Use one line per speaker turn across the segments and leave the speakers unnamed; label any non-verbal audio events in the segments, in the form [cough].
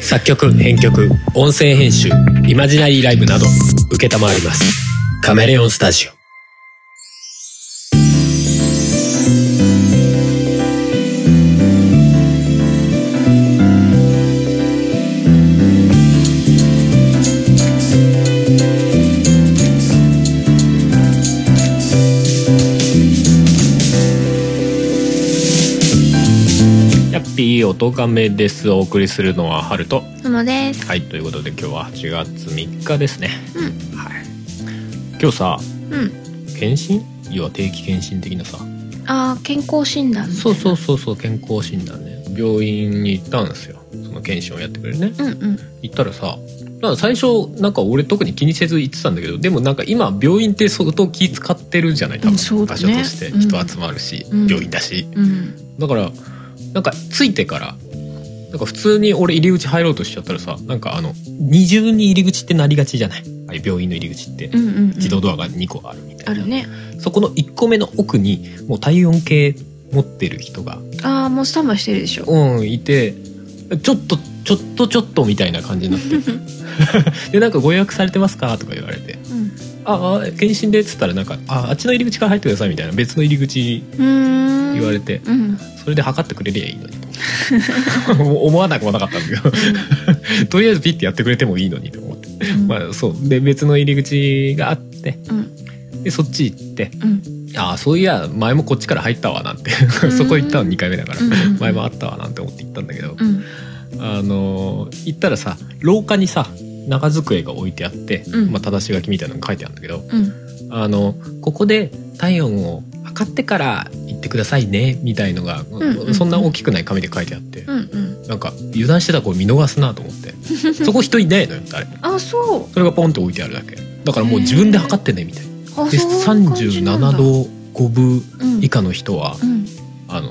作曲編曲音声編集イマジナリーライブなど承りますカメレオンスタジオやっぴー音がめですお送りするのはハルト
なのです。
はいということで今日は8月3日ですね
うん
はい今日さ
うん。
検診要は定期検診的なさ
ああ健康診断。
そうそうそうそう健康診断ね病院に行ったんですよその検診をやってくれるね
うんうん。
行ったらさなんか最初なんか俺特に気にせず行ってたんだけどでもなんか今病院って相当気使ってるじゃない多分、
うんそうだ
場
ね
所として
うん
人集まるし、
うん
病院だし
うん。
だからなんか着いてからなんか普通に俺入り口入ろうとしちゃったらさなんかあの二重に入り口ってなりがちじゃないああいう病院の入り口って
うんうん、うん。
自動ドアが2個あるみたいな、
あるね。
そこの1個目の奥にもう体温計持ってる人が
ああもうスタンバイしてるでしょ。
うんいてちょっとちょっとちょっとみたいな感じになって
[laughs]
でなんかご予約されてますかとか言われて
うん。
ああ検診でっつったらなんかああっちの入り口から入ってくださいみたいな別の入り口
うーん。
言われて、
うん。
[laughs]
うん。
それで測ってくれりゃいいのに
[laughs]
ともう思わなくもなかったんだけどとりあえずピッてやってくれてもいいのにと思って、
うん
まあそうで別の入り口があって
うん。
でそっち行って
うん。
ああそういや前もこっちから入ったわなんて
う
[laughs]
ん
そこ行ったの2回目だから、
うん
前もあったわなんて思って行ったんだけど、
うん。
あのー行ったらさ廊下にさ長机が置いてあって、
うん
まあ、正し書きみたいなのが書いてあるんだけど
うん。
あのここで体温を測ってから行ってくださいねみたいのが、
んうん
そんな大きくない紙で書いてあって、
うん。うん。
なんか油断してた子見逃すなと思って
[laughs]
そこ人いないのよあれ
あそう。
それがポンって置いてあるだけだからもう自分で測ってねみたいな。
あ
で
そういう感じなんだ
37度5分
うん。
以下の人は、
うん。
あの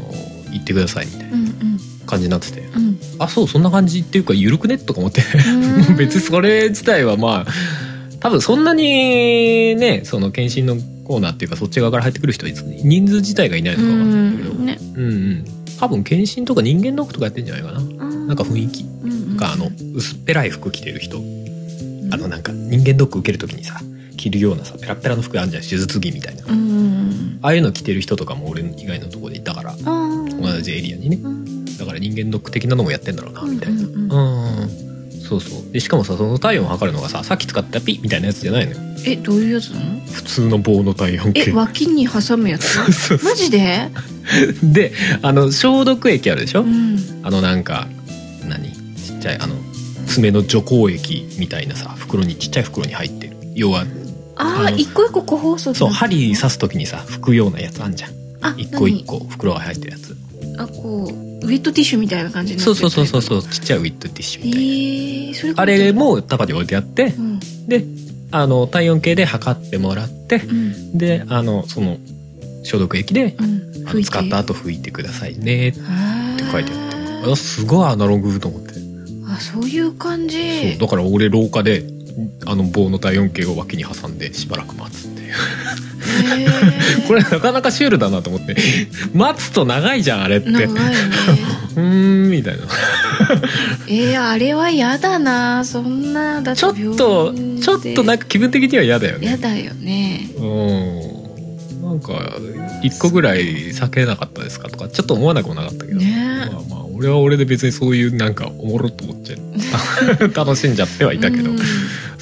行ってくださいみたいな
うんうん
感じになってて
うん。
あそうそんな感じっていうか緩くねとか思って [laughs]
うーん
別にそれ自体はまあ多分そんなにねその検診のコーナーっていうかそっち側から入ってくる人はいつ人数自体がいないの
う
か分かんないけど
ん。ね。
うんうん多分検診とか人間ドックとかやってんじゃないかな
な
なんか雰囲気
うん
があの薄っぺらい服着てる人あのなんか人間ドック受ける時にさ着るようなさペラペラの服あるじゃん手術着みたいな
うんうん
ああいうの着てる人とかも俺以外のところでいたから
うん。あー
同じエリアにね
うん
だから人間ドック的なのもやってんだろうなみたいな。
うんうんうん
うんそうそうでしかもさその体温を測るのがささっき使ったピッみたいなやつじゃないのよ
えどういうやつなの？
普通の棒の体温計
え脇に挟む
[laughs]
やつ？
そうそうそ
マジで？
うであの消毒液あるでしょ、
うん。
あのなんか何ちっちゃいあの爪の除光液みたいなさ袋にちっちゃい袋に入ってる要は
あ
あ
あ
の
一個一個個包装
そう針刺す時にさ拭くようなやつあんじゃん
あ
一個一個袋が入ってるやつ
何あこうウェットティッシュみたいな感じになって
そう
る
そうそうそうそうちっちゃいウィットティッシュ
へえ
みたいな、
ー、それ
あれも中に置いてあって
うん
であの体温計で測ってもらって
うん
であのその消毒液で
うん
あの使った後拭いてくださいねって
あ
書いて
あ
あすごいアナログと思って、
あそういう感じ
そうだから俺廊下であの棒の体温計を脇に挟んでしばらく待つっていう
へ
[laughs]
ー
これなかなかシュールだなと思って待つと長いじゃんあれってう
長いね
ーんみたいな
えー、あれはやだなそんなだ
ちょっとちょっとなん
か
か気分的には嫌だよ
や
ね
だよね
うんなんか一個ぐらい避けなかったですかとかちょっと思わなくもなかったけど
ね
まあまあ俺は俺で別にそういうなんかおもろと思っちゃ
[laughs]
う楽しんじゃってはいたけど、
うん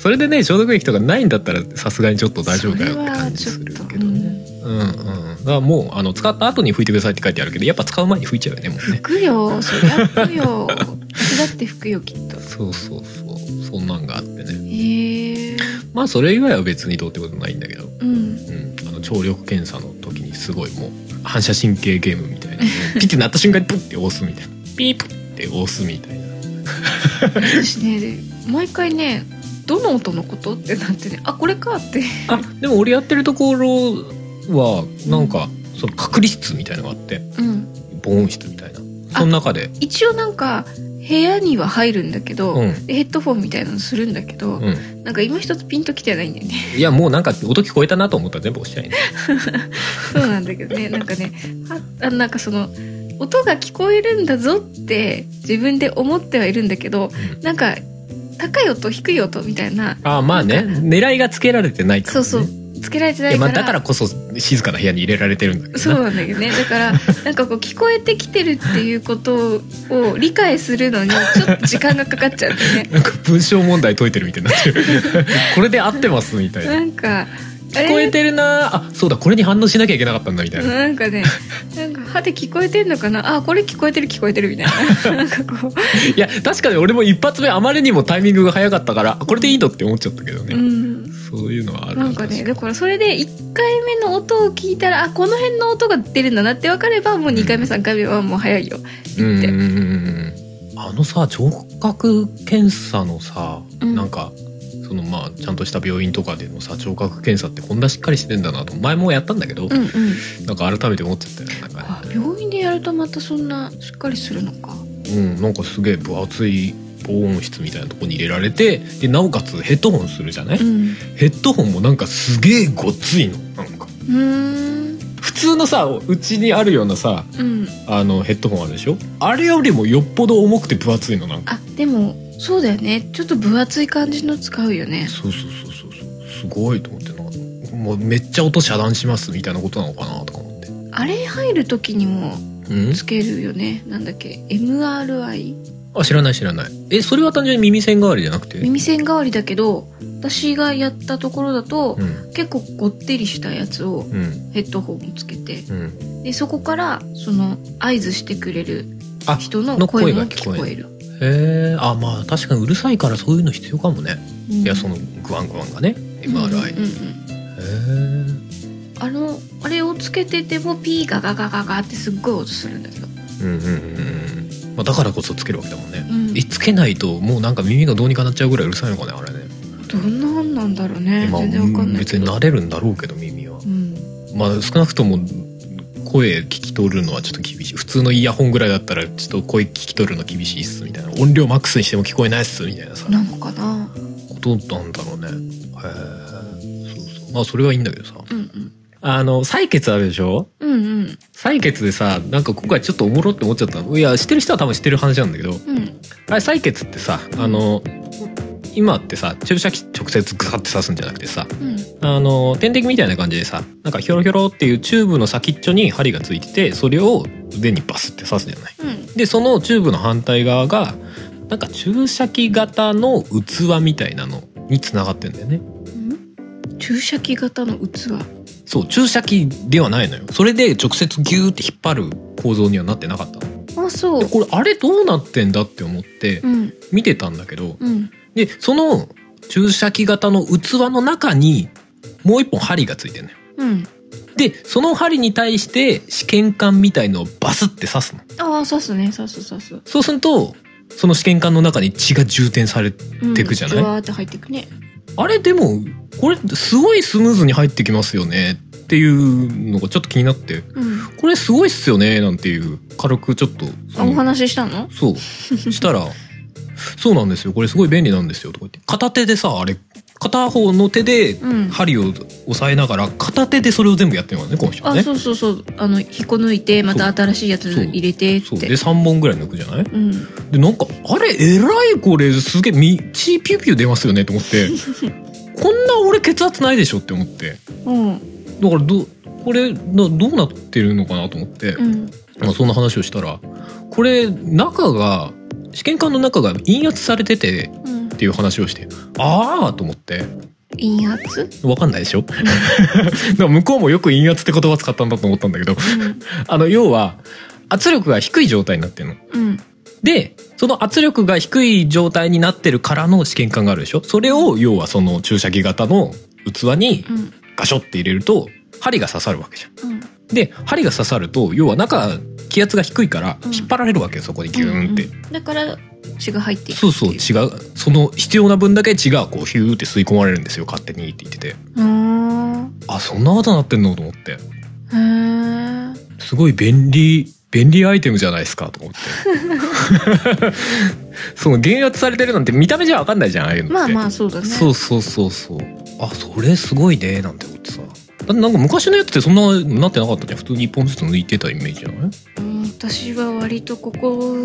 それでね消毒液とかないんだったらさすがにちょっと大丈夫かよって感じするけどね
そ
うんうんだからもうあの使った後に拭いてくださいって書いてあるけどやっぱ使う前に拭いちゃうよねもうね
拭くよそりゃ拭くよ私だって拭くよきっと
そうそうそうそんなんがあってね
へえ
まあそれ以外は別にどうってことないんだけど、
うん
うん、あの聴力検査の時にすごいもう反射神経ゲームみたいなピッて鳴った瞬間にプッて押すみたいなピープって押すみたいな
私ね毎回ねどの音のことってなってねあこれかって
あでも俺やってるところはなんか、その隔離室みたいのがあって
うん
防音室みたいなその中で
一応なんか部屋には入るんだけど、
うん
でヘッドフォンみたいなのするんだけど、
うん
なんか今一つピンときてないんだよね
いやもうなんか音聞こえたなと思ったら全部押しちゃいね
そうなんだけどねなんかねああなんかその音が聞こえるんだぞって自分で思ってはいるんだけど
うん
なんか高い音低い音みたいな
ああまあね狙いがつけられてないから、
そ
ね、
うそうつけられてない
やまあ
から
だからこそ静かな部屋に入れられてるんだけど
そ
な
うなんだけどねだからなんかこう聞こえてきてるっていうことを理解するのにちょっと時間がかかっちゃって
[laughs]
ね
なんか文章問題解いてるみたいになってる
[laughs]
これで合ってますみたいな
なんか
聞こえてるなーあそうだこれに反応しなきゃいけなかったんだみたいな、
なんかねなんか歯で聞こえてんのかなあこれ聞こえてる聞こえてるみたいな
[laughs]
なんかこ
いや確かに俺も一発目あまりにもタイミングが早かったからあこれでいいのって思っちゃったけど
う、
ね、
うん、
そういうのはある
なんかねだからそれで1回目の音を聞いたらあこの辺の音が出るんだなって分かればもう2回目3回目はもう早いよ
うんうん
って
うんうんあのさ聴覚検査のさ、
うん
なんかそのまあちゃんとした病院とかでのさ聴覚検査ってこんなしっかりしてんだなと前もやったんだけど、
うんうん
なんか改めて思っちゃったよねなんかね
あ病院でやるとまたそんなしっかりするのか
うん、なんかすげえ分厚い防音室みたいなとこに入れられてでなおかつヘッドホンするじゃない、
うん
ヘッドホンもなんかすげえごっついのなんか
うーん
普通のさうちにあるようなさ
うん
あのヘッドホンあるでしょあれよりもよっぽど重くて分厚いのなんか
あでもそうだよねちょっと分厚い感じの使うよね
そうそうそうそうそうすごいと思ってなんかもうめっちゃ音遮断しますみたいなことなのかなとか思って
あれ入る時にも
うん
つけるよねなんだっけ MRI
あ知らない知らないえそれは単純に耳栓代わりじゃなくて
耳栓代わりだけど私がやったところだと、
うん
結構ごってりしたやつ
う
を
ん
ヘッドホンつけて
うん
でそこからその合図してくれる
あ
人の
の
声
声
も
が
聞
聞
こ
こ
え
え
る。
へえあまあ確かにうるさいからそういうの必要かもね、
い
いやそのグワングワンがね MRI、
うんう
へ
んうん
え
あのあれをつけててもピーガガガガガってすっごい音するんだけど。
うんうんうんうんまあだからこそつけるわけだもんね、
うん
えつけないともうなんか耳がどうにかなっちゃうぐらいうるさいのかねあれね、
どんなんなんだろうね。
まあ
全然わかんないけ
別に
ど。
慣れるんだろうけど耳は
うん
まあ少なくとも声聞き取るのはちょっと厳しい普通のイヤホンぐらいだったらちょっと声聞き取るの厳しいっすみたいな音量マックスにしても聞こえないっすみたいなさ
なのかな。
ことなんだろうねへえそうそうまあそれはいいんだけどさ
うんうん
あの採血あるでしょ
うんうん
採血でさなんか今回ちょっとおもろって思っちゃったのいや知ってる人は多分知ってる話なんだけど
うん
あれ採血ってさあの今ってさ注射器直接グサって刺すんじゃなくてさ
うん
あの点滴みたいな感じでさなんかヒョロヒョロっていうチューブの先っちょに針がついててそれを腕にバスって刺すじゃない。
うん
でそのチューブの反対側がなんか注射器型の器みたいなのに繋がってんだよね。
うん。注射器型の器。
そう注射器ではないのよ。それで直接ギューって引っ張る構造にはなってなかったの。
あそう
で。これあれどうなってんだって思って
うん
見てたんだけど、
うん
でその注射器型の器の中にもう一本針がついてるのよ
うん。
でその針に対して試験管みたいのをバスって刺すの
ああ刺すね刺す刺す。
そうするとその試験管の中に血が充填され
うん
てくじゃない
ジュワーって入ってくね。
あれでもこれすごいスムーズに入ってきますよねっていうのがちょっと気になって
うん。
これすごいっすよねなんていう軽くちょっと
あ
そ
お
の
話ししたの
そうしたら「そうなんですよこれすごい便利なんですよ」とか言って片手でさあれ片方の手で
うん
針を押さえながら片手でそれを全部やってるからねこの人は
あ、
ね
そうそうそうあの引っこ抜いてまた新しいやつ
そう
入れてっ
そう
て
で3本ぐらい抜くじゃない
うん [laughs]
でなんかあれえらいこれすげえみ血ピューピュー出ますよねと思って
[laughs]
こんな俺血圧ないでしょって思って
うん
だからどこれなどうなってるのかなと思って、
うん
まあ、そんな話をしたらこれ中が試験管の中が陰圧されてて
うん
っていう話をしてああと思って
陰圧
わかんないでしょ [laughs] だから向こうもよく陰圧って言葉使ったんだと思ったんだけどあの要は圧力が低い状態になってるの。
うんうん
でその圧力が低い状態になってるからの試験管があるでしょそれを要はその注射器型の器に
うん
ガショって入れると針が刺さるわけじゃん。
うん
で針が刺さると要は中気圧が低いから
うん
引っ張られるわけよそこにギューンって。
うんだから血が入っていく
そうそう血がその必要な分だけ血がこうヒューって吸い込まれるんですよ勝手にって言ってて
あ
あそんなことなってんのと思って
へえ
すごい便利便利アイテムじゃないですかと思って [laughs] その減圧されてるなんて見た目じゃ分かんないじゃんああいうのって
まあまあそうだね
そうそうそうそうあそれすごいねなんて思ってさだってなんか昔のやつってそんななってなかったじゃん普通に1本ずつ抜いてたイメージじゃない
うん私は割とここ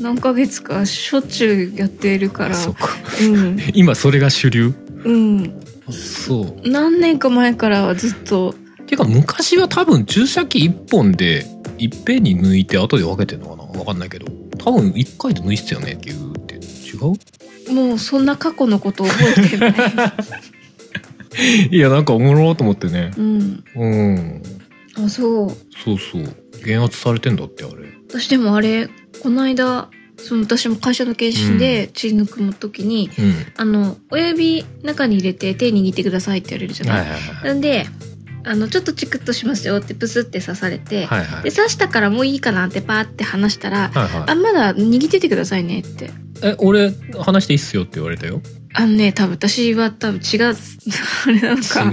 何ヶ月かしょっちゅうやっているから
そうか
うん
今それが主流
うん
そう
何年か前からはずっと
てか昔は多分注射器1本でいっぺんに抜いて後で分けてんのかな分かんないけど多分1回で抜いてたよねギューって違う
もうそんな過去のこと覚えてない、
[laughs] いやなんかおもろーと思ってね
うん、
うん
あそう
そうそう減圧されてんだってあれ
私でもあれこの間その私も会社の検診で血抜く時に、
うん
あの親指中に入れて手握ってくださいって言われるじゃない、
はいはいはい
なんであのちょっとチクッとしますよってプスって刺されて、
はいはい
で刺したからもういいかなってパーって離したら、
はいは
あまだ握っててくださいねって
いえ俺話していいっすよって言われたよ
あのね多分私は多分違う [laughs] あれなのか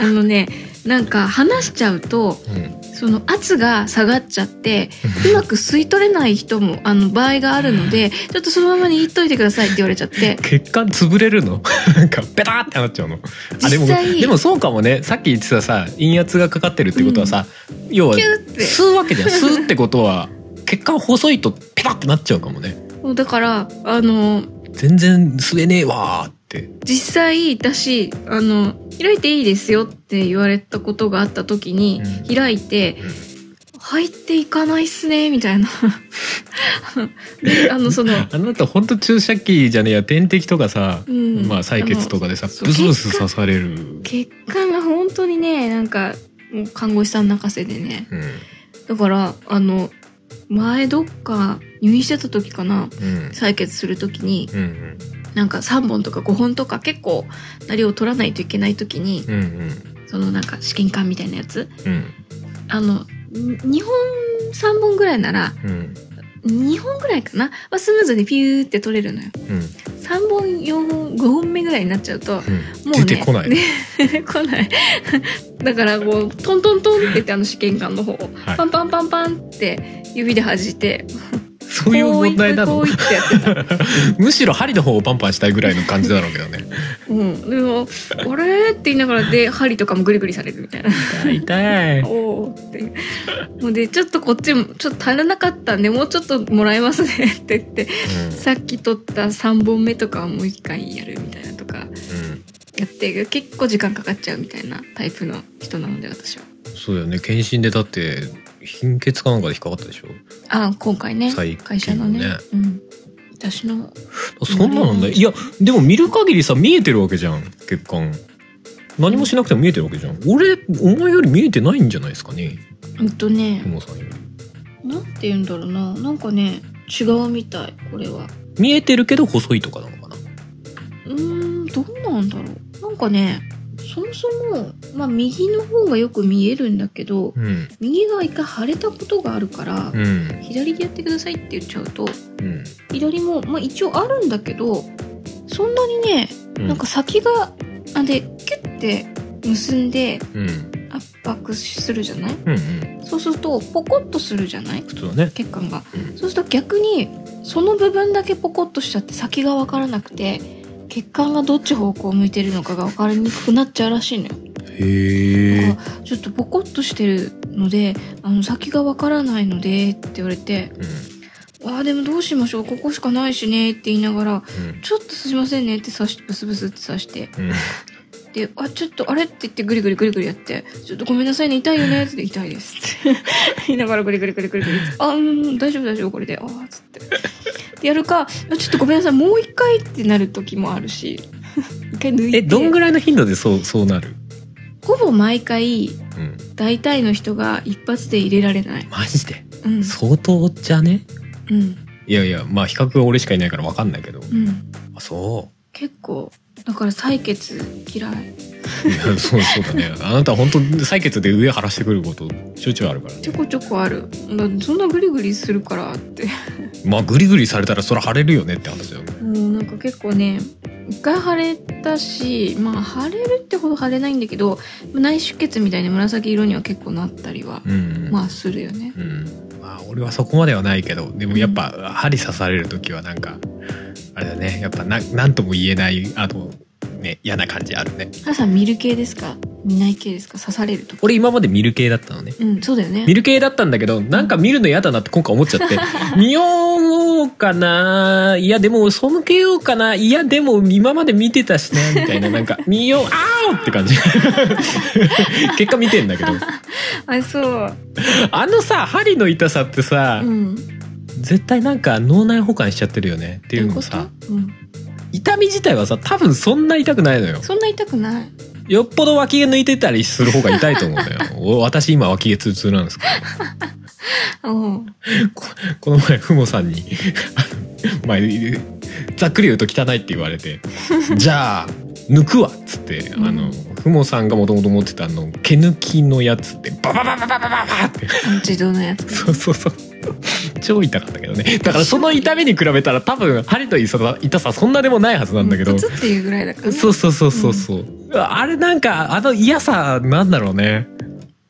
あのねなんか離しちゃうと
違う、うん、
その圧が下がっちゃってうまく吸い取れない人もあの場合があるのでちょっとそのまま握っといてくださいって言われちゃって
血管潰れるのなんかペターってなっちゃうのあでも
実際
でもそうかもねさっき言ってたさ陰圧がかかってるってことはさ、要は
キューって
吸うわけじゃん吸うってことは血管細いとペタってなっちゃうかもね
もうだからあの
全然吸えねえわーって
実際私あの開いていいですよって言われたことがあった時に、
うん
開いて、入っていかないっすねみたいな [laughs] であのその、
あなたほんと注射器じゃねえや点滴とかさ、
うん、
まあ採血と
か
かでさブ
そう
スブス刺される、
血管が本当にねなんかもう看護師さん泣かせでね
うん
だからあの前どっか入院してた時か
う
な
ん
採血する時に
うんうん
なんか3本とか5本とか結構なりを取らないといけない時に
うん
そのなんか試験管みたいなやつ
うん
あの2本3本ぐらいなら
うん
2本ぐらいかなはスムーズにピューって取れるのよ
うん
3本4本5本目ぐらいになっちゃうとも
う
うんね
出てこない、
ね [laughs] 出てこない [laughs] だからこうトントントンって言ってあの試験管の方を
はい
パンパンパンパンって指で弾いて
そういう問題な
こ
の
ういこういって
[laughs]
やってた
むしろ針の方をパンパンしたいぐらいの感じだろうけどね
うん、でも「あれ?」って言いながらで針とかもグリグリされるみたいな
痛い [laughs] 痛
「おお」っていうもうでちょっとこっちもちょっと足らなかったんでもうちょっともらえますねって言ってさっき取った3本目とかはもう一回やるみたいなとかやって結構時間かかっちゃうみたいなタイプの人なので私は
そうだよね検診でだって貧血かなんかで引っかかったでしょ
あ今回ね
最近
会社のね
ね
うん、私の
そんなのねいやでも見る限りさ見えてるわけじゃん血管何もしなくても見えてるわけじゃん俺お前より見えてないんじゃないですかね
うんとね
ふもさんより
なんて言うんだろうななんかね違うみたいこれは
見えてるけど細いとかなのかな
うーんどうなんだろうなんかねそもそも、まあ、右の方がよく見えるんだけど
うん
右が一回腫れたことがあるから、
うん
左でやってくださいって言っちゃうと
うん
左も、まあ、一応あるんだけどそんなにね
うん
なんか先があでキュッて結んで
うん
圧迫するじゃない
うんうん
そうするとポコッとするじゃない
普通はね
血管が
うん
そうすると逆にその部分だけポコッとしちゃって先が分からなくて血管がどっち方向を向いてるのかが分かりにくくなっちゃうらしいのよ。
へ
だ
え
からちょっとポコッとしてるのであの先が分からないのでって言われて「わあでもどうしましょうここしかないしね」って言いながら「ちょっとすいませんね」って刺してブスブスって刺して
うんうん
で「あちょっとあれ?」って言ってグリグリグリグリやって「ちょっとごめんなさいね痛いよね」って言って「痛いです」 [laughs] って言いながらグリグリグリグリグリって「あうん大丈夫大丈夫これで」あーっつってでやるかあ「ちょっとごめんなさいもう一回」ってなる時もあるし [laughs] 一回抜いて
えどんぐらいの頻度でそうそうなる
ほぼ毎回
うん
大体の人が一発で入れられない
マジで
うん
相当じゃね
うん
いやいやまあ比較は俺しかいないから分かんないけど
うん
あそ
結構だから採血嫌いう
いやそうそうだねあなた本当採血で上腫らしてくることしょっちゅうあるからね
ちょこちょこあるだってそんなグリグリするからって
まあグリグリされたらそれ腫れるよねって話だよね
もうなんか結構ね一回腫れたしまあ腫れるってほど腫れないんだけど内出血みたいに紫色には結構なったりは、
うんうん
まあするよね
うんまあ俺はそこまではないけどでもやっぱ針刺される時はなんかあれだねやっぱななんとも言えないあのね嫌な感じあるね
皆さん見る系ですか見ない系ですか刺されるとか
俺今まで見る系だったのね
うんそうだよね
見る系だったんだけどなんか見るの嫌だなって今回思っちゃって [laughs] 見ようかないやでも背けようかないやでも今まで見てたしなみたいななんか見ようあーって [laughs] 感じ結果見てんだけど
あそう
あのさ針の痛さってさ、
うんっ
絶対なんか脳内保管しちゃってるよねっていうのもさ
うん、
痛み自体はさ多分そんな痛くないのよ
そんな痛くない
よっぽど脇毛抜いてたりする方が痛いと思うん [laughs] だよお私今脇毛痛痛なんですけど
うん
ここの前ふもさんにあの前ざっくり言うと汚いって言われて「じゃあ抜くわ」っつってあ
う
の
ん
ふもさんがもともと持ってたあの毛抜きのやつでババババババババって
あの自動のやつ
そうそうそう。超痛かったけどね。だからその痛みに比べたら多分針と痛さ痛さそんなでもないはずなんだけど
プ。ツっていうぐらいだからね、
そうそうそうそうそう。あれなんかあの嫌さなんだろうね。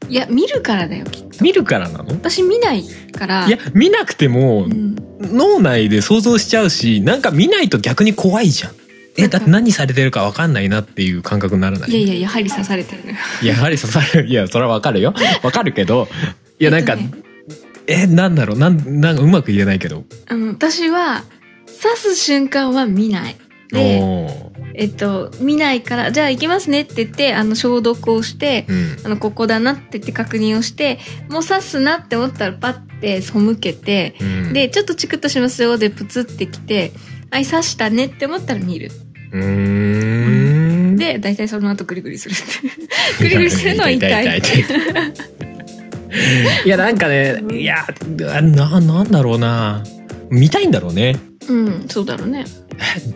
いや見るからだよきっと
見るからなの
私見ないから
いや見なくても
うん、
脳内で想像しちゃうしなんか見ないと逆に怖いじゃん。えだって何されてるかわかんないなっていう感覚にならない
いやいややはり刺されてるのよ
いや、やはり刺さる。 [laughs] いや、それはわかるよ。わかるけど。いや、なんか、
えっとね
え、なんだろう。なん、なんかうまく言えないけど。
うん、私は刺す瞬間は見ないで、
おお。
えっと、見ないからじゃあ行きますねって言ってあの消毒をして
うん。
あのここだなって言って確認をしてもう刺すなって思ったらパッて背けて
うん
でちょっとチクッとしますよでプツってきて「あい刺したね」って思ったら見る
うーん
で大体その後グリグリす
[laughs]
るってグリグリするのは痛い
痛い痛い痛いいやなんかねいやななんだろうな見たいんだろうね
うんそうだろうね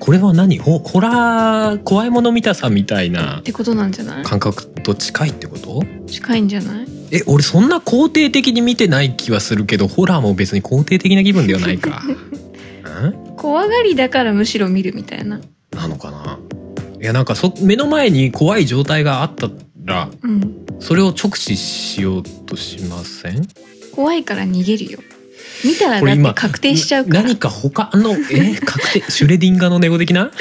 これは何ホホラー怖いもの見たさみたいな
ってことなんじゃない
感覚と近いってこと
近いんじゃない
え俺そんな肯定的に見てない気はするけどホラーも別に肯定的な気分ではない
[laughs]
かん
怖がりだからむしろ見るみたいな
なのかないやなんかそ目の前に怖い状態があったら
うん
それを直視しようとしません
怖いから逃げるよ見たら
これ
だっ
今
て確定しちゃうから
何か他のえ確定シュレディンガーの猫的
[laughs]
な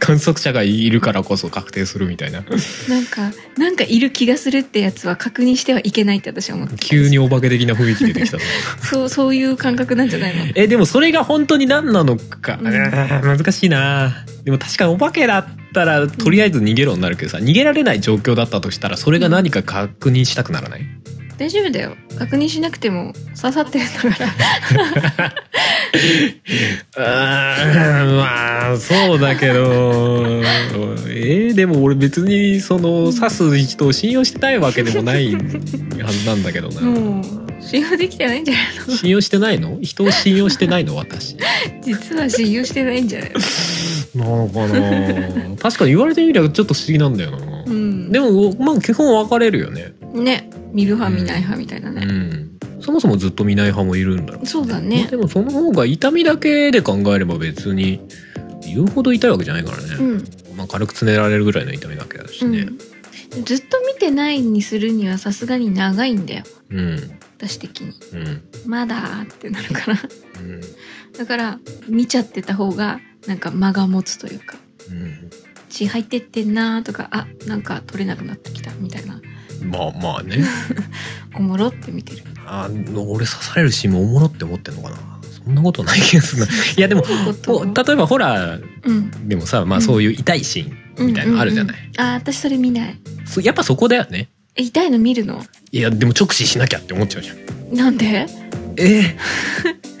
観測者がいるからこそ確定するみたいな
なんかなんかいる気がするってやつは確認してはいけないって私は思ってた
急にお化け的な雰囲気出てきたぞ
そうそういう感覚なんじゃないの
えでもそれが本当に何なのか、
うん
あー難しいなでも確かにお化けだったらとりあえず逃げろになるけどさ逃げられない状況だったとしたらそれが何か確認したくならない
大丈夫だよ確認しなくても刺さってるんだから
うーんまあそうだけど [laughs] えーでも俺別にその刺す人を信用してないわけでもないはずなんだけどな、
もう信用できてないんじゃない
信用してないの人を信用してないの私
の実は信用してないんじゃないの
なのかな [laughs] 確かに言われてみればちょっと不思議なんだよな、
うん
でもまあ基本分かれるよね
ね見る派見ない派みたいな
う
ね、
んそもそもずっと見ない派もいるんだろう
そうだ
まあ
ね
でもその方が痛みだけで考えれば別に言うほど痛いわけじゃないからね、
うん、
まあ、軽くつねられるぐらいの痛みだけだし
う
ね、
ん、ずっと見てないにするにはさすがに長いんだよ
うん
私的に
うん
まだーってなるから
うん
だから見ちゃってた方がなんか間が持つというか血入ってってんなーとかあなんか取れなくなってきたみたいな
うんまあまあね
おもろって見てる
あ俺刺されるシーンもおもろって思ってんのかなそんなことない気がするないやでも
こと
お例えばホラー
うん
でもさまあそういう痛いシーンみたいなのあるじゃない、
うんうんうんあー私それ見ない
そやっぱそこだよね
え痛いの見るの
いやでも直視しなきゃって思っちゃうじゃん
なんで
え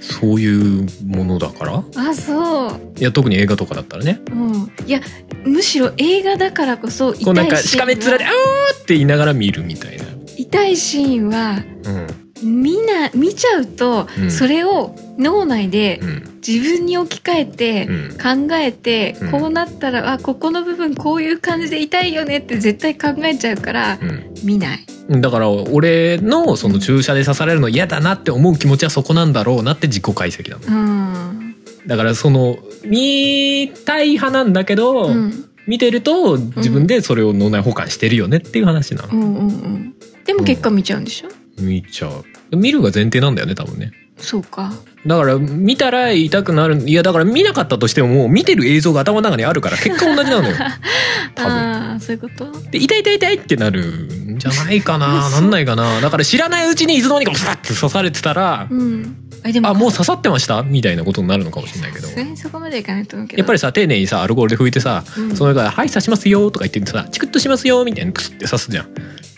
そういうものだから
あそう
いや特に映画とかだったらね
うんいやむしろ映画だからこそ痛いシ
こ
ー
う
ン
なん
は
かしかめっ面で「あー!」って言いながら見るみたいな
痛いシーンは
うん
見な見ちゃうと、
うん
それを脳内で
うん
自分に置き換えて、
うん
考えて、
うん
こうなったらあここの部分こういう感じで痛いよねって絶対考えちゃうから
うん
見ない
だから俺のその注射で刺されるの嫌だなって思う気持ちはそこなんだろうなって自己解析なの
うん、
だからその見たい派なんだけど、
うん、
見てると自分でそれを脳内保管してるよねっていう話なの
う、んうんうんでも結果見ちゃうんでしょ、
見ちゃう見るが前提なんだよね多分ね
そうか
だから見たら痛くなるいやだから見なかったとしてももう見てる映像が頭の中にあるから結果同じな
[laughs]
のよ多分
ああそういうこと
で痛い痛い痛いってなるんじゃないかななんないかなだから知らないうちにいつの間にかブサッて刺されてたら
うんあでも
あもう刺さってましたみたいなことになるのかもしれないけど
さすがにそこまでいかないと思うけど
やっぱりさ丁寧にさアルコールで拭いてさ
り、うん
その中で「はい刺しますよ」とか言ってさ「チクッとしますよ」みたいなクスって刺すじゃん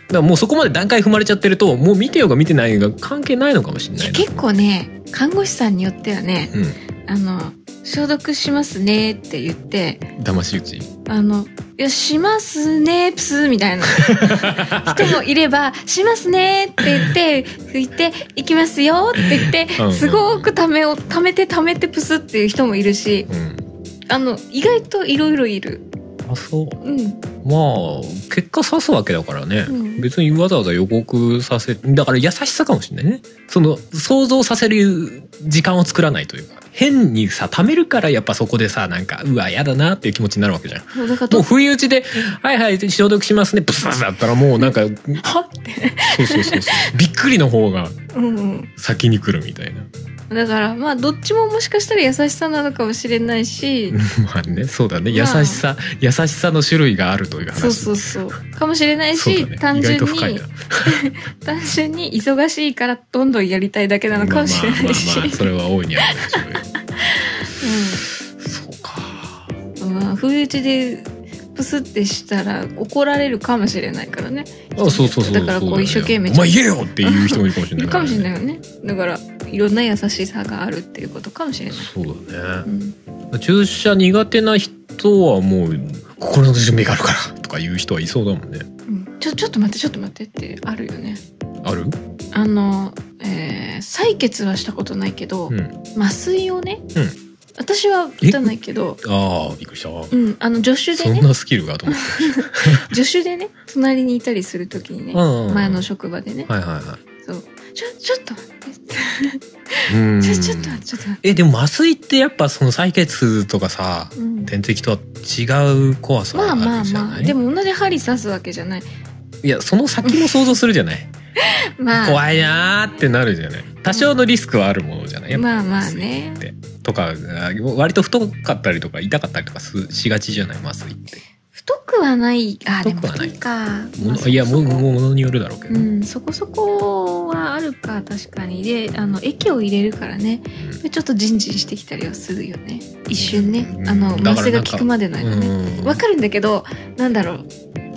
だからもうそこまで段階踏まれちゃってるともう見てようが見てないが関係ないのかもしれ
い
ない
や
な
結構ね看護師さんによってはね
う
あの消毒しますねって言って
ん騙し討ち
あの「いやしますねプス」み
[laughs]
たいな人もいれば「しますね」って言って拭いて「いきますよ」って言って
うんうん
すごくためをためてためてプスっていう人もいるし
うん
あの意外といろいろいる
あそう
うん
まあ結果刺すわけだからね、
うん
別にわざわざ予告させだから優しさかもしれないねその想像させる時間を作らないというか変にさ溜めるからやっぱそこでさなんかうわやだなっていう気持ちになるわけじゃん
もうだから
も
ど
う不意打ちで「はいはい消毒しますね」ブスッだったらもうなんか
はって
そうそうそう
[laughs]
そうびっくりの方が
うんうん
先に来るみたいな [laughs]
だからまあどっちももしかしたら優しさなのかもしれないし
まあねそうだね優
まあ
しさ、優しさの種類があるという話
そうそうそうかもしれない
そう
し、
だね
単
意外
純
と
に
深いな
単純に忙しいからどんどんやりたいだけなのかもしれないし
まあまあまあまあそれは大いにあるでしょ
[laughs]
うよそうか
うんまあ不意打ちでプスってしたら怒られるかもしれないからね
あそうそうそう
だからこ
そだ
う
よね
一生懸命
お前言えよっていう人もいるかもし
い
れない
るかもしれない
い
よねだからいろんな優しさがあるっていうことかもしれない、
そうだ
う
ね
ん、
注射苦手な人はもう心の準備があるからとかいう人はいそうだもんね
うんちょちょっと待ってちょっと待ってってあるよね
ある
あの、えー採血はしたことないけど、
うん
麻酔をね、
うん
私は打たないけど
ああびっくりした、
うん、あの助手で
そ
ね
んなスキルがと思って
助手でね隣にいたりするときにね、
うんうん
[laughs] 前の職場でね、
はいはいは
そう [laughs] ちょちょっと待ってって
いうん
ちょちょっと待ってちょっと待っ
えでも麻酔ってやっぱその採血とかさ
て、うん、
点滴とは違う怖さ
ま
が
あ
あ
まあ
るじゃ
ま
な
あ
い、
でも同じ針刺すわけじゃない
いやその先も想像するじゃない
まあ
怖いなーってなるじゃない多少のリスクはあるものじゃないやっぱ
まあまあね
麻酔ってとかあ割と太かったりとか痛かったりとかすしがちじゃない麻酔って
太くはないあでも
太くはな
太
い
いか
も
まあ
のいやも
そこそこ
もものによるだろうけど、う
う
ん
ん、そこそこはあるか確かにであの液を入れるからねちょっとジンジンしてきたりはするよね一瞬ね
うん
あ
だ
の
からなんか
麻酔が効くまでの間ねわかるんだけどなんだろう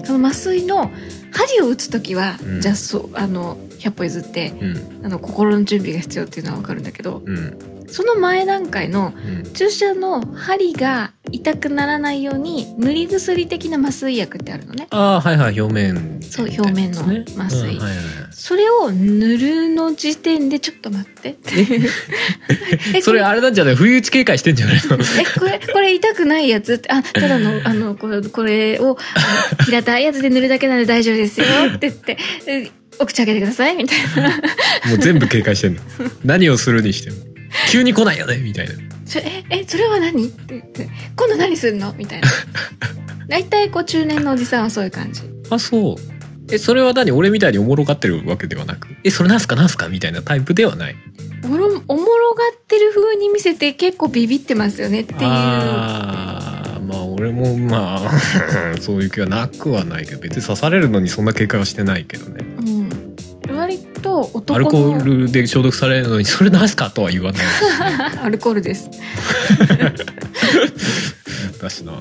その麻酔の針を打つ時は、
うん
じゃあそうあの100歩譲って
うん
あの心の準備が必要っていうのはわかるんだけど
うんうん
その前段階の
うん
注射の針が痛くならないように塗り薬的な麻酔薬ってあるのね
ああはいはい表面
そう表面の麻
う
酔
んはいはい
それを塗るの時点でちょっと
[laughs]
待ってって
はい、それあれなんじゃない不意打ち警戒してんじゃない [laughs] の
えこれこれ痛くないやつってあた
[laughs]
だのあのこれこれをあの平たいやつで塗るだけなんで大丈夫ですよって言ってえお口開けてくださいみたい
[laughs]
な
もう全部警戒してん
[laughs]
の何をするにしても急に来ないよねみたいな
それええそれは何って言って今度何するのみたいな大体こう中年のおじさんはそういう感じ
あそうえそれは何俺みたいにおもろがってるわけではなくえそれなんすかなんすかみたいなタイプではない
おもろおもろがってる風に見せて結構ビビってますよねっていう
あーまあ俺もまあ [laughs] そういう気はなくはないけど別に刺されるのにそんな警戒はしてないけどね
うん、割と男の
アルコールで消毒されるのに「それなんすか?」とは言わない
あ [laughs] アルコールです
だしな、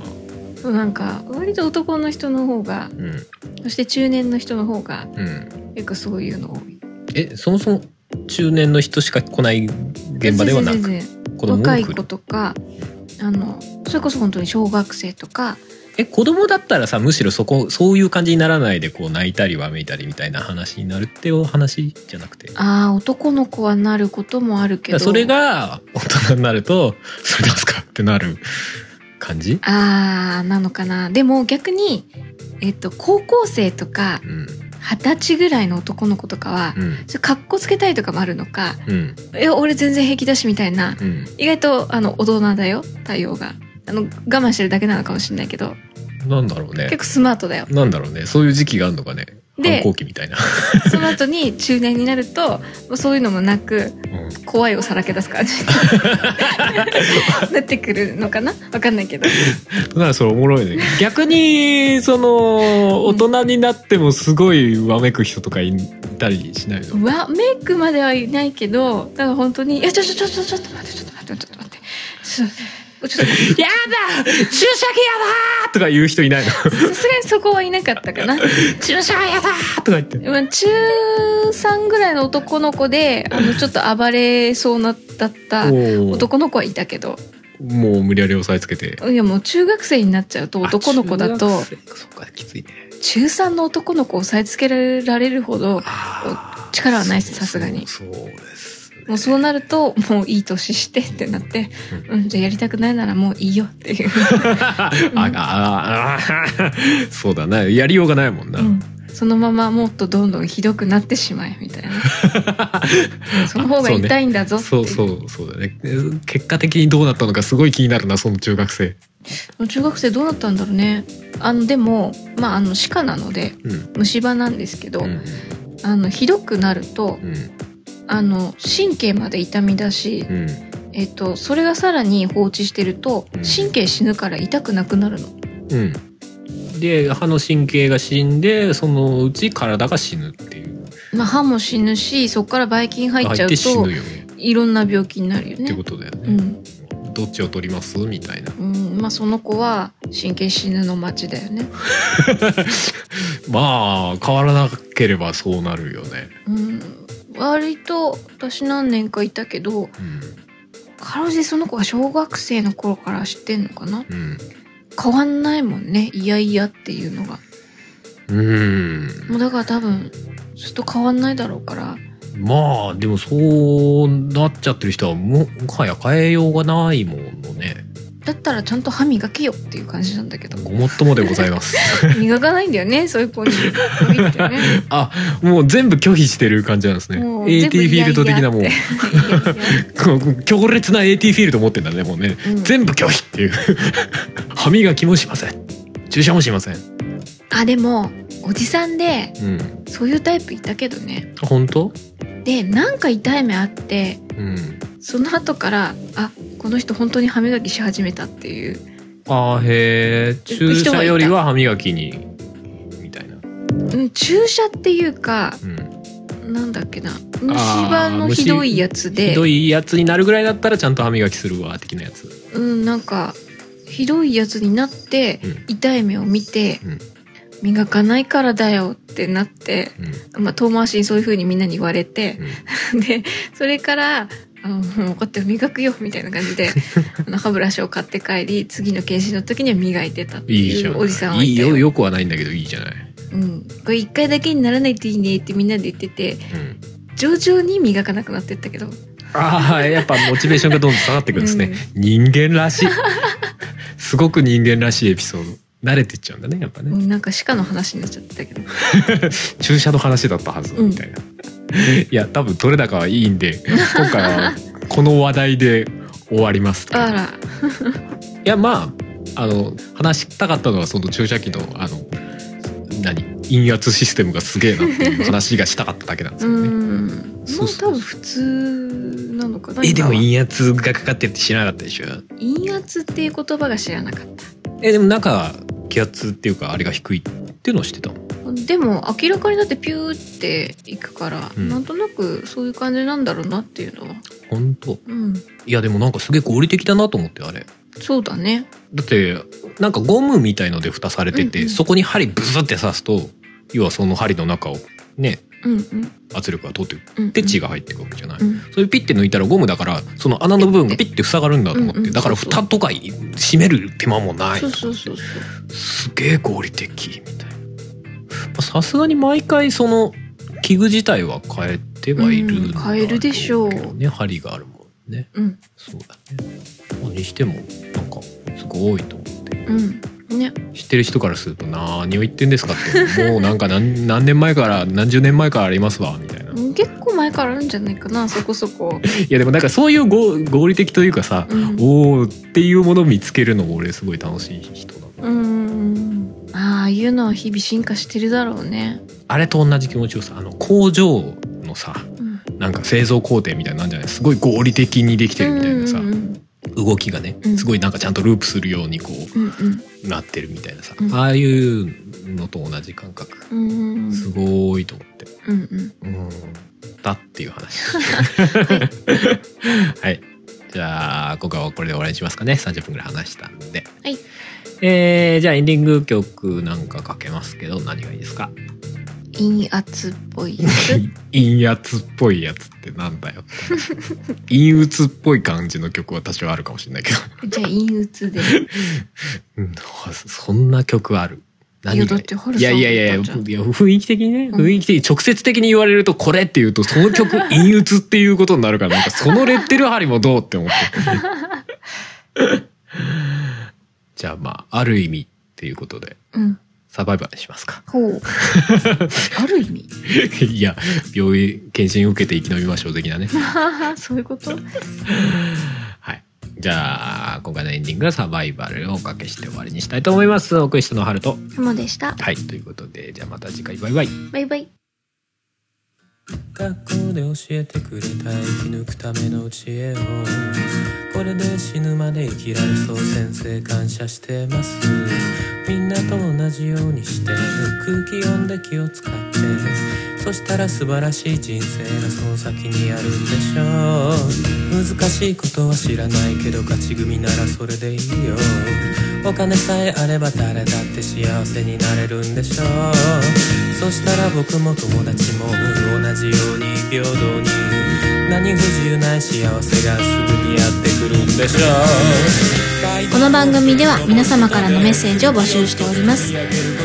そうなんか割と男の人の方が
うん
そして中年の人の方が
うん、
結構そういうの多い
えそもそも中年の人しか来ない現場ではな
全
く
然全然
子供も
若い
来
子
る
とかあのそれこそ本当に小学生とか
え子供だったらさむしろそこそういう感じにならないでこう泣いたりわめいたりみたいな話になるっていう話じゃなくて
ああ男の子はなることもあるけど
それが大人になると「それなんすか?」ってなる感じ、
ああなのかなでも逆に、えっと、高校生とか
うん
二十歳ぐらいの男の子とかは、
うん
ちょっとかっこつけたいとかもあるのか
うん
「え俺全然平気だし」みたいな
うん
意外とあの大人だよ対応があの我慢してるだけなのかもしれないけど
なんだろうね
結構スマートだよ [laughs]
なんだろうねそういう時期があるのかね反
で
抗期みたいな、
その後に中年になるともうそういうのもなく
うん
怖いをさらけ出す感じ [laughs] なってくるのかなわかんないけど
なんかそれおもろいね逆にその大人になってもすごいわめく人とかいたりしないの
わメイクまではいないけどだから本当に「いやちょちょちょちょちょっと待ってちょっと待ってちょっと待ってちょっとちょっと待っ
やだ注射器やだーとか言う人い
[laughs]
ないの
てさすがにそこはいなかったかな
注射やだーとか言って
まあ中3ぐらいの男の子であのちょっと暴れそうなだった
おー
男の子はいたけど
もう無理やり押さえつけて
いやもう中学生になっちゃうと男の子だと
あ中学生そっかきついね
中3の男の子を押さえつけられるほど
あー
力はないですさすがに
そうそうですね
もうそうなるともういい年してってなって、うん、じゃあやりたくないならもういいよっ
[laughs]
ていう。
[laughs] ああああそうだなやりようがないもんな、
うん、そのままもっとどんどんひどくなってしまえみたいなその方が痛いんだぞってい
そううそうそうだね結果的にどうなったのかすごい気になるなその中学生
中学生どうなったんだろうねあのでもまああの歯科なので
うん
虫歯なんですけど、
うん
あのひどくなると
うん
あの神経まで痛みだし、
うん
えっと、それがさらに放置してると
うん
神経死ぬから痛くなくなるの。
うんで歯の神経が死んでそのうち体が死ぬっていう
まあ、歯も死ぬしそこからばい菌入っちゃう
て死
と
ぬよね
いろんな病気になる
っ
よ
てこ
ね。
とだよ
う
ね、
ん
どっちを取りますみたいな
うんまあ、その子は神経死ぬの待ちだよね。
まあ変わらなければそうなるよね、
うん割と私何年かいたけどかろうじてその子は小学生の頃から知ってんのかな
うん
変わんないもんねいやいやっていうのが
うんうん
もうだから多分ずっと変わんないだろうから
まあでもそうなっちゃってる人はももはや変えようがないものね
だったらちゃんと歯磨けよっていう感じなんだけど
ごもっともでございます
磨かないんだよね [laughs] そういう子に限ってね
あもう全部拒否してる感じなんです [laughs] ね
もう
AT
全
フ
部い
ィー
[laughs] やいや
ルド的なもう
っていやいや
こう [laughs] 強烈な AT フィールド持ってんだねもうね、
うん
全部拒否っていう [laughs] 歯磨きもしません注射もしません
あでもおじさんで
うん
そういうタイプいたけどね
本当
でなんか痛い目あって
うん
その後からあこの人本当に歯磨きし始めたっていう
あーへえ注射よりは歯磨きにみたいな
うん注射っていうか
うん
なんだっけな虫歯のひどいやつ
ひ
で
どいやつになるぐらいだったらちゃんと歯磨きするわ的なやつ
うんなんかひどいやつになって、
うん
痛い目を見て、
うん
磨かないからだよってなって、
うん
まあ、遠回しにそういう風にみんなに言われて、でそれから「あのもう分かって磨くよ」みたいな感
[laughs]
じであの歯ブラシを買って帰り次の検診の時には磨いてたって
いいじ
い
ゃん。
[laughs] うおじさんはい
い
たよ
よ、よくはないんだけど、いいじゃない。
うん、これ一回だけにならないといいねってみんなで言ってて
うん。
徐々に磨かなくなってったけど
ああ、やっぱモチベーションがどんどん下がってくるんですね。人間ら
[laughs]
しい。すごく人間らしいエピソード。慣れてっちゃうんだね、やっぱ
う
ね。
んなんか歯科の話になっちゃってたけど
注射の話だったはず、
うん
みたいな。いや、多分取れ高はいいんで、今回はこの話題で終わります。
あら
いや、まあ、あの、話したかったのは、その注射器の、あの、何陰圧システムがすげえなっていう話がしたかっただけなんです
う
よね。
んま
そ
あ
うそう
多分普通なのかな
えでも
今
陰
は
圧がかかってるって知らなかったでしょ
陰圧っていう言葉が知らなかった
えでも中は気圧っていうかあれが低いっていうのは知ってたの
でも明らかになってピューっていくから、
うん
なんとなくそういう感じなんだろうなっていうのは
本当
うん
いやでもなんかすげえ合理的だなと思ってあれ
そうだね
だってなんかゴムみたいので蓋されてて、
うんうん
そこに針ブスって刺すと要はその針の中をね
うんうん
圧力が通ってっ
うん
て血が入っていくわけじゃない、
うん
それピッて抜いたらゴムだからその穴の部分がピッて塞がるんだと思って、
うんうん
だから
そうそう
蓋とか閉める手間もない
そうそうそうそう
すげえ合理的みたいなまあさすがに毎回その器具自体は変えてはいるんだろうけどね、
うん変えるでしょう
針があるもんね
うん
そうだね、まあ、にしてもなんかすごい多いと思って
うんね
知ってる人からすると何を言ってんですかってもうなんか何何年前から何十年前からありますわみたいな
うん結構前からあるんじゃないかなそこそこ、
いやでもなんかそういう合合理的というかさ、
うん、
おおっていうものを見つけるのも俺すごい楽しい人なの
うーんああいうのは日々進化してるだろうね。
あれと同じ気持ちをさあの工場のさ
うん。
なんか製造工程みたいなのあんじゃないすごい合理的にできてるみたいなさ、
うんうん
動きがね
うん
すごいなんかちゃんとループするようにこ
うんうん
うなってるみたいなさ、
うん
ああいうのと同じ感覚
うんうんうん
すごいと思って、
うんうん
うん、だっていう
[laughs]
話はいじゃあ今回はこれで終わりにしますかね30分ぐらい話したんで
はい
えー、じゃあエンディング曲なんかかけますけど何がいいですか
陰圧っ
[laughs]
ぽいやつ
陰圧っぽいやつってなんだよ陰鬱っぽい感じの曲は多少あるかもしれないけど、
じゃあ陰鬱で
うん、そんな曲ある
いやだってホル
い
さ
や
ん
いやいやいや
歌ったじゃん
雰囲気的にね
うん
雰囲気的に直接的に言われるとこれって言うとその曲陰鬱っていうことになるからなんかそのレッテル貼りもどうって思って
[laughs]
じゃあまあある意味っていうことで
うん
サバイバルにしますか [laughs]
ほうある意味
いや病院検診受けて生き延びましょう的なね
そういうこと
[laughs] はい。じゃあ、今回のエンディングはサバイバルをおかけして終わりにしたいと思います。お送りしたのはると。
もでした
はい。ということで、じゃあまた次回、バイバイ。
バイバイ
学校で教えてくれた生き抜くための知恵をこれで死ぬまで生きられそう先生感謝してますみんなと同じようにして空気読んで気を使ってそしたら素晴らしい人生がその先にあるんでしょう難しいことは知らないけど勝ち組ならそれでいいよお金さえあれば誰だって幸せになれるんでしょうそしたら僕も友達も同じように平等に何不自由ない幸せがすぐにやってくるんでしょう
この番組では皆様からのメッセージを募集しております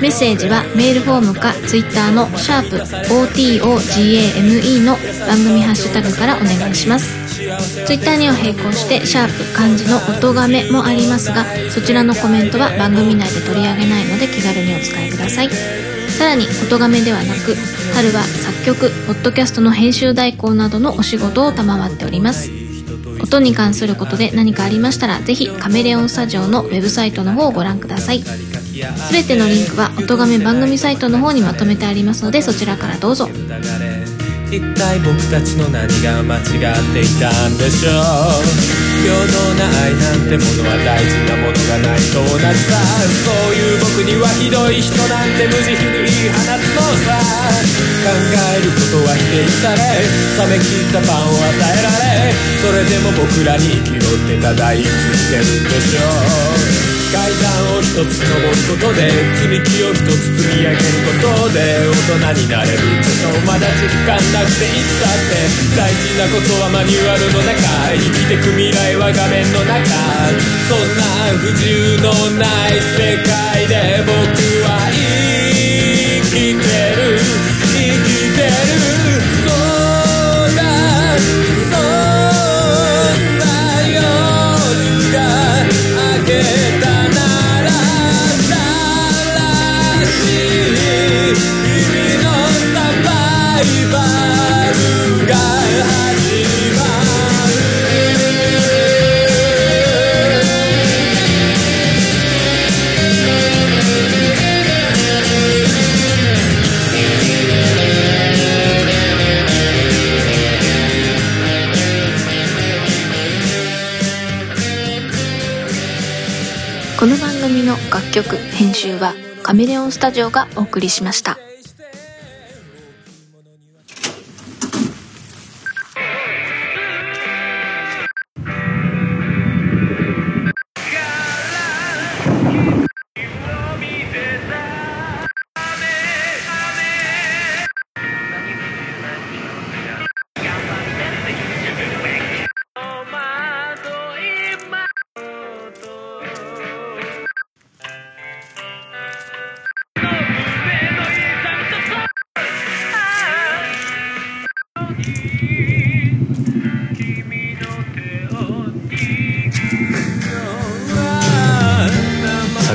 メッセージはメールフォームかツイッターのシャープ o t o g a m e の番組ハッシュタグからお願いしますツイッターには並行してシャープ漢字の音がめもありますがそちらのコメントは番組内で取り上げないので気軽にお使いくださいさらに音がめではなく春は作曲ポッドキャストの編集代行などのお仕事を賜っております音に関することで何かありましたらぜひカメレオンスタジオのウェブサイトの方をご覧くださいすべてのリンクは音がめ番組サイトの方にまとめてありますのでそちらからどうぞ
流れ一体僕たちの何が間違っていたんでしょう平等な愛なんてものは大事なものがないと同じさそういう僕にはひどい人なんて無慈悲に言い放つのさ考えることは否定され冷め切ったパンを与えられそれでも僕らに生きろってただいつしてるんでしょう階段を一つ登ることで積み木を一つ積み上げることで大人になれることまだ実感なくていつだって大事なことはマニュアルの中生きてく未来は画面の中そんな不自由のない世界で僕は生きてる生きてるそうだそうだよ「あげたならならしい」「君のサバイバルが始まる」
この番組の楽曲編集はカメレオンスタジオがお送りしました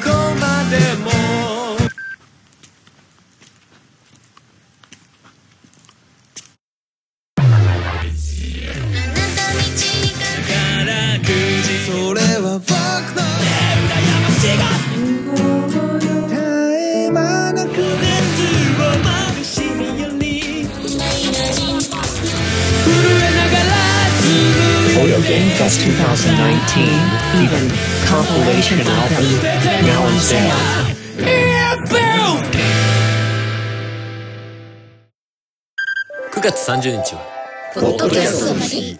こまでも宝くじそれは僕の羨ましが絶え間なく熱をまぶしみより震えながら紡ぐ
Photo Game Fest 2019, Eden, compilation album, now on sale.
Boom!
9月30日は
ポッドキャストの日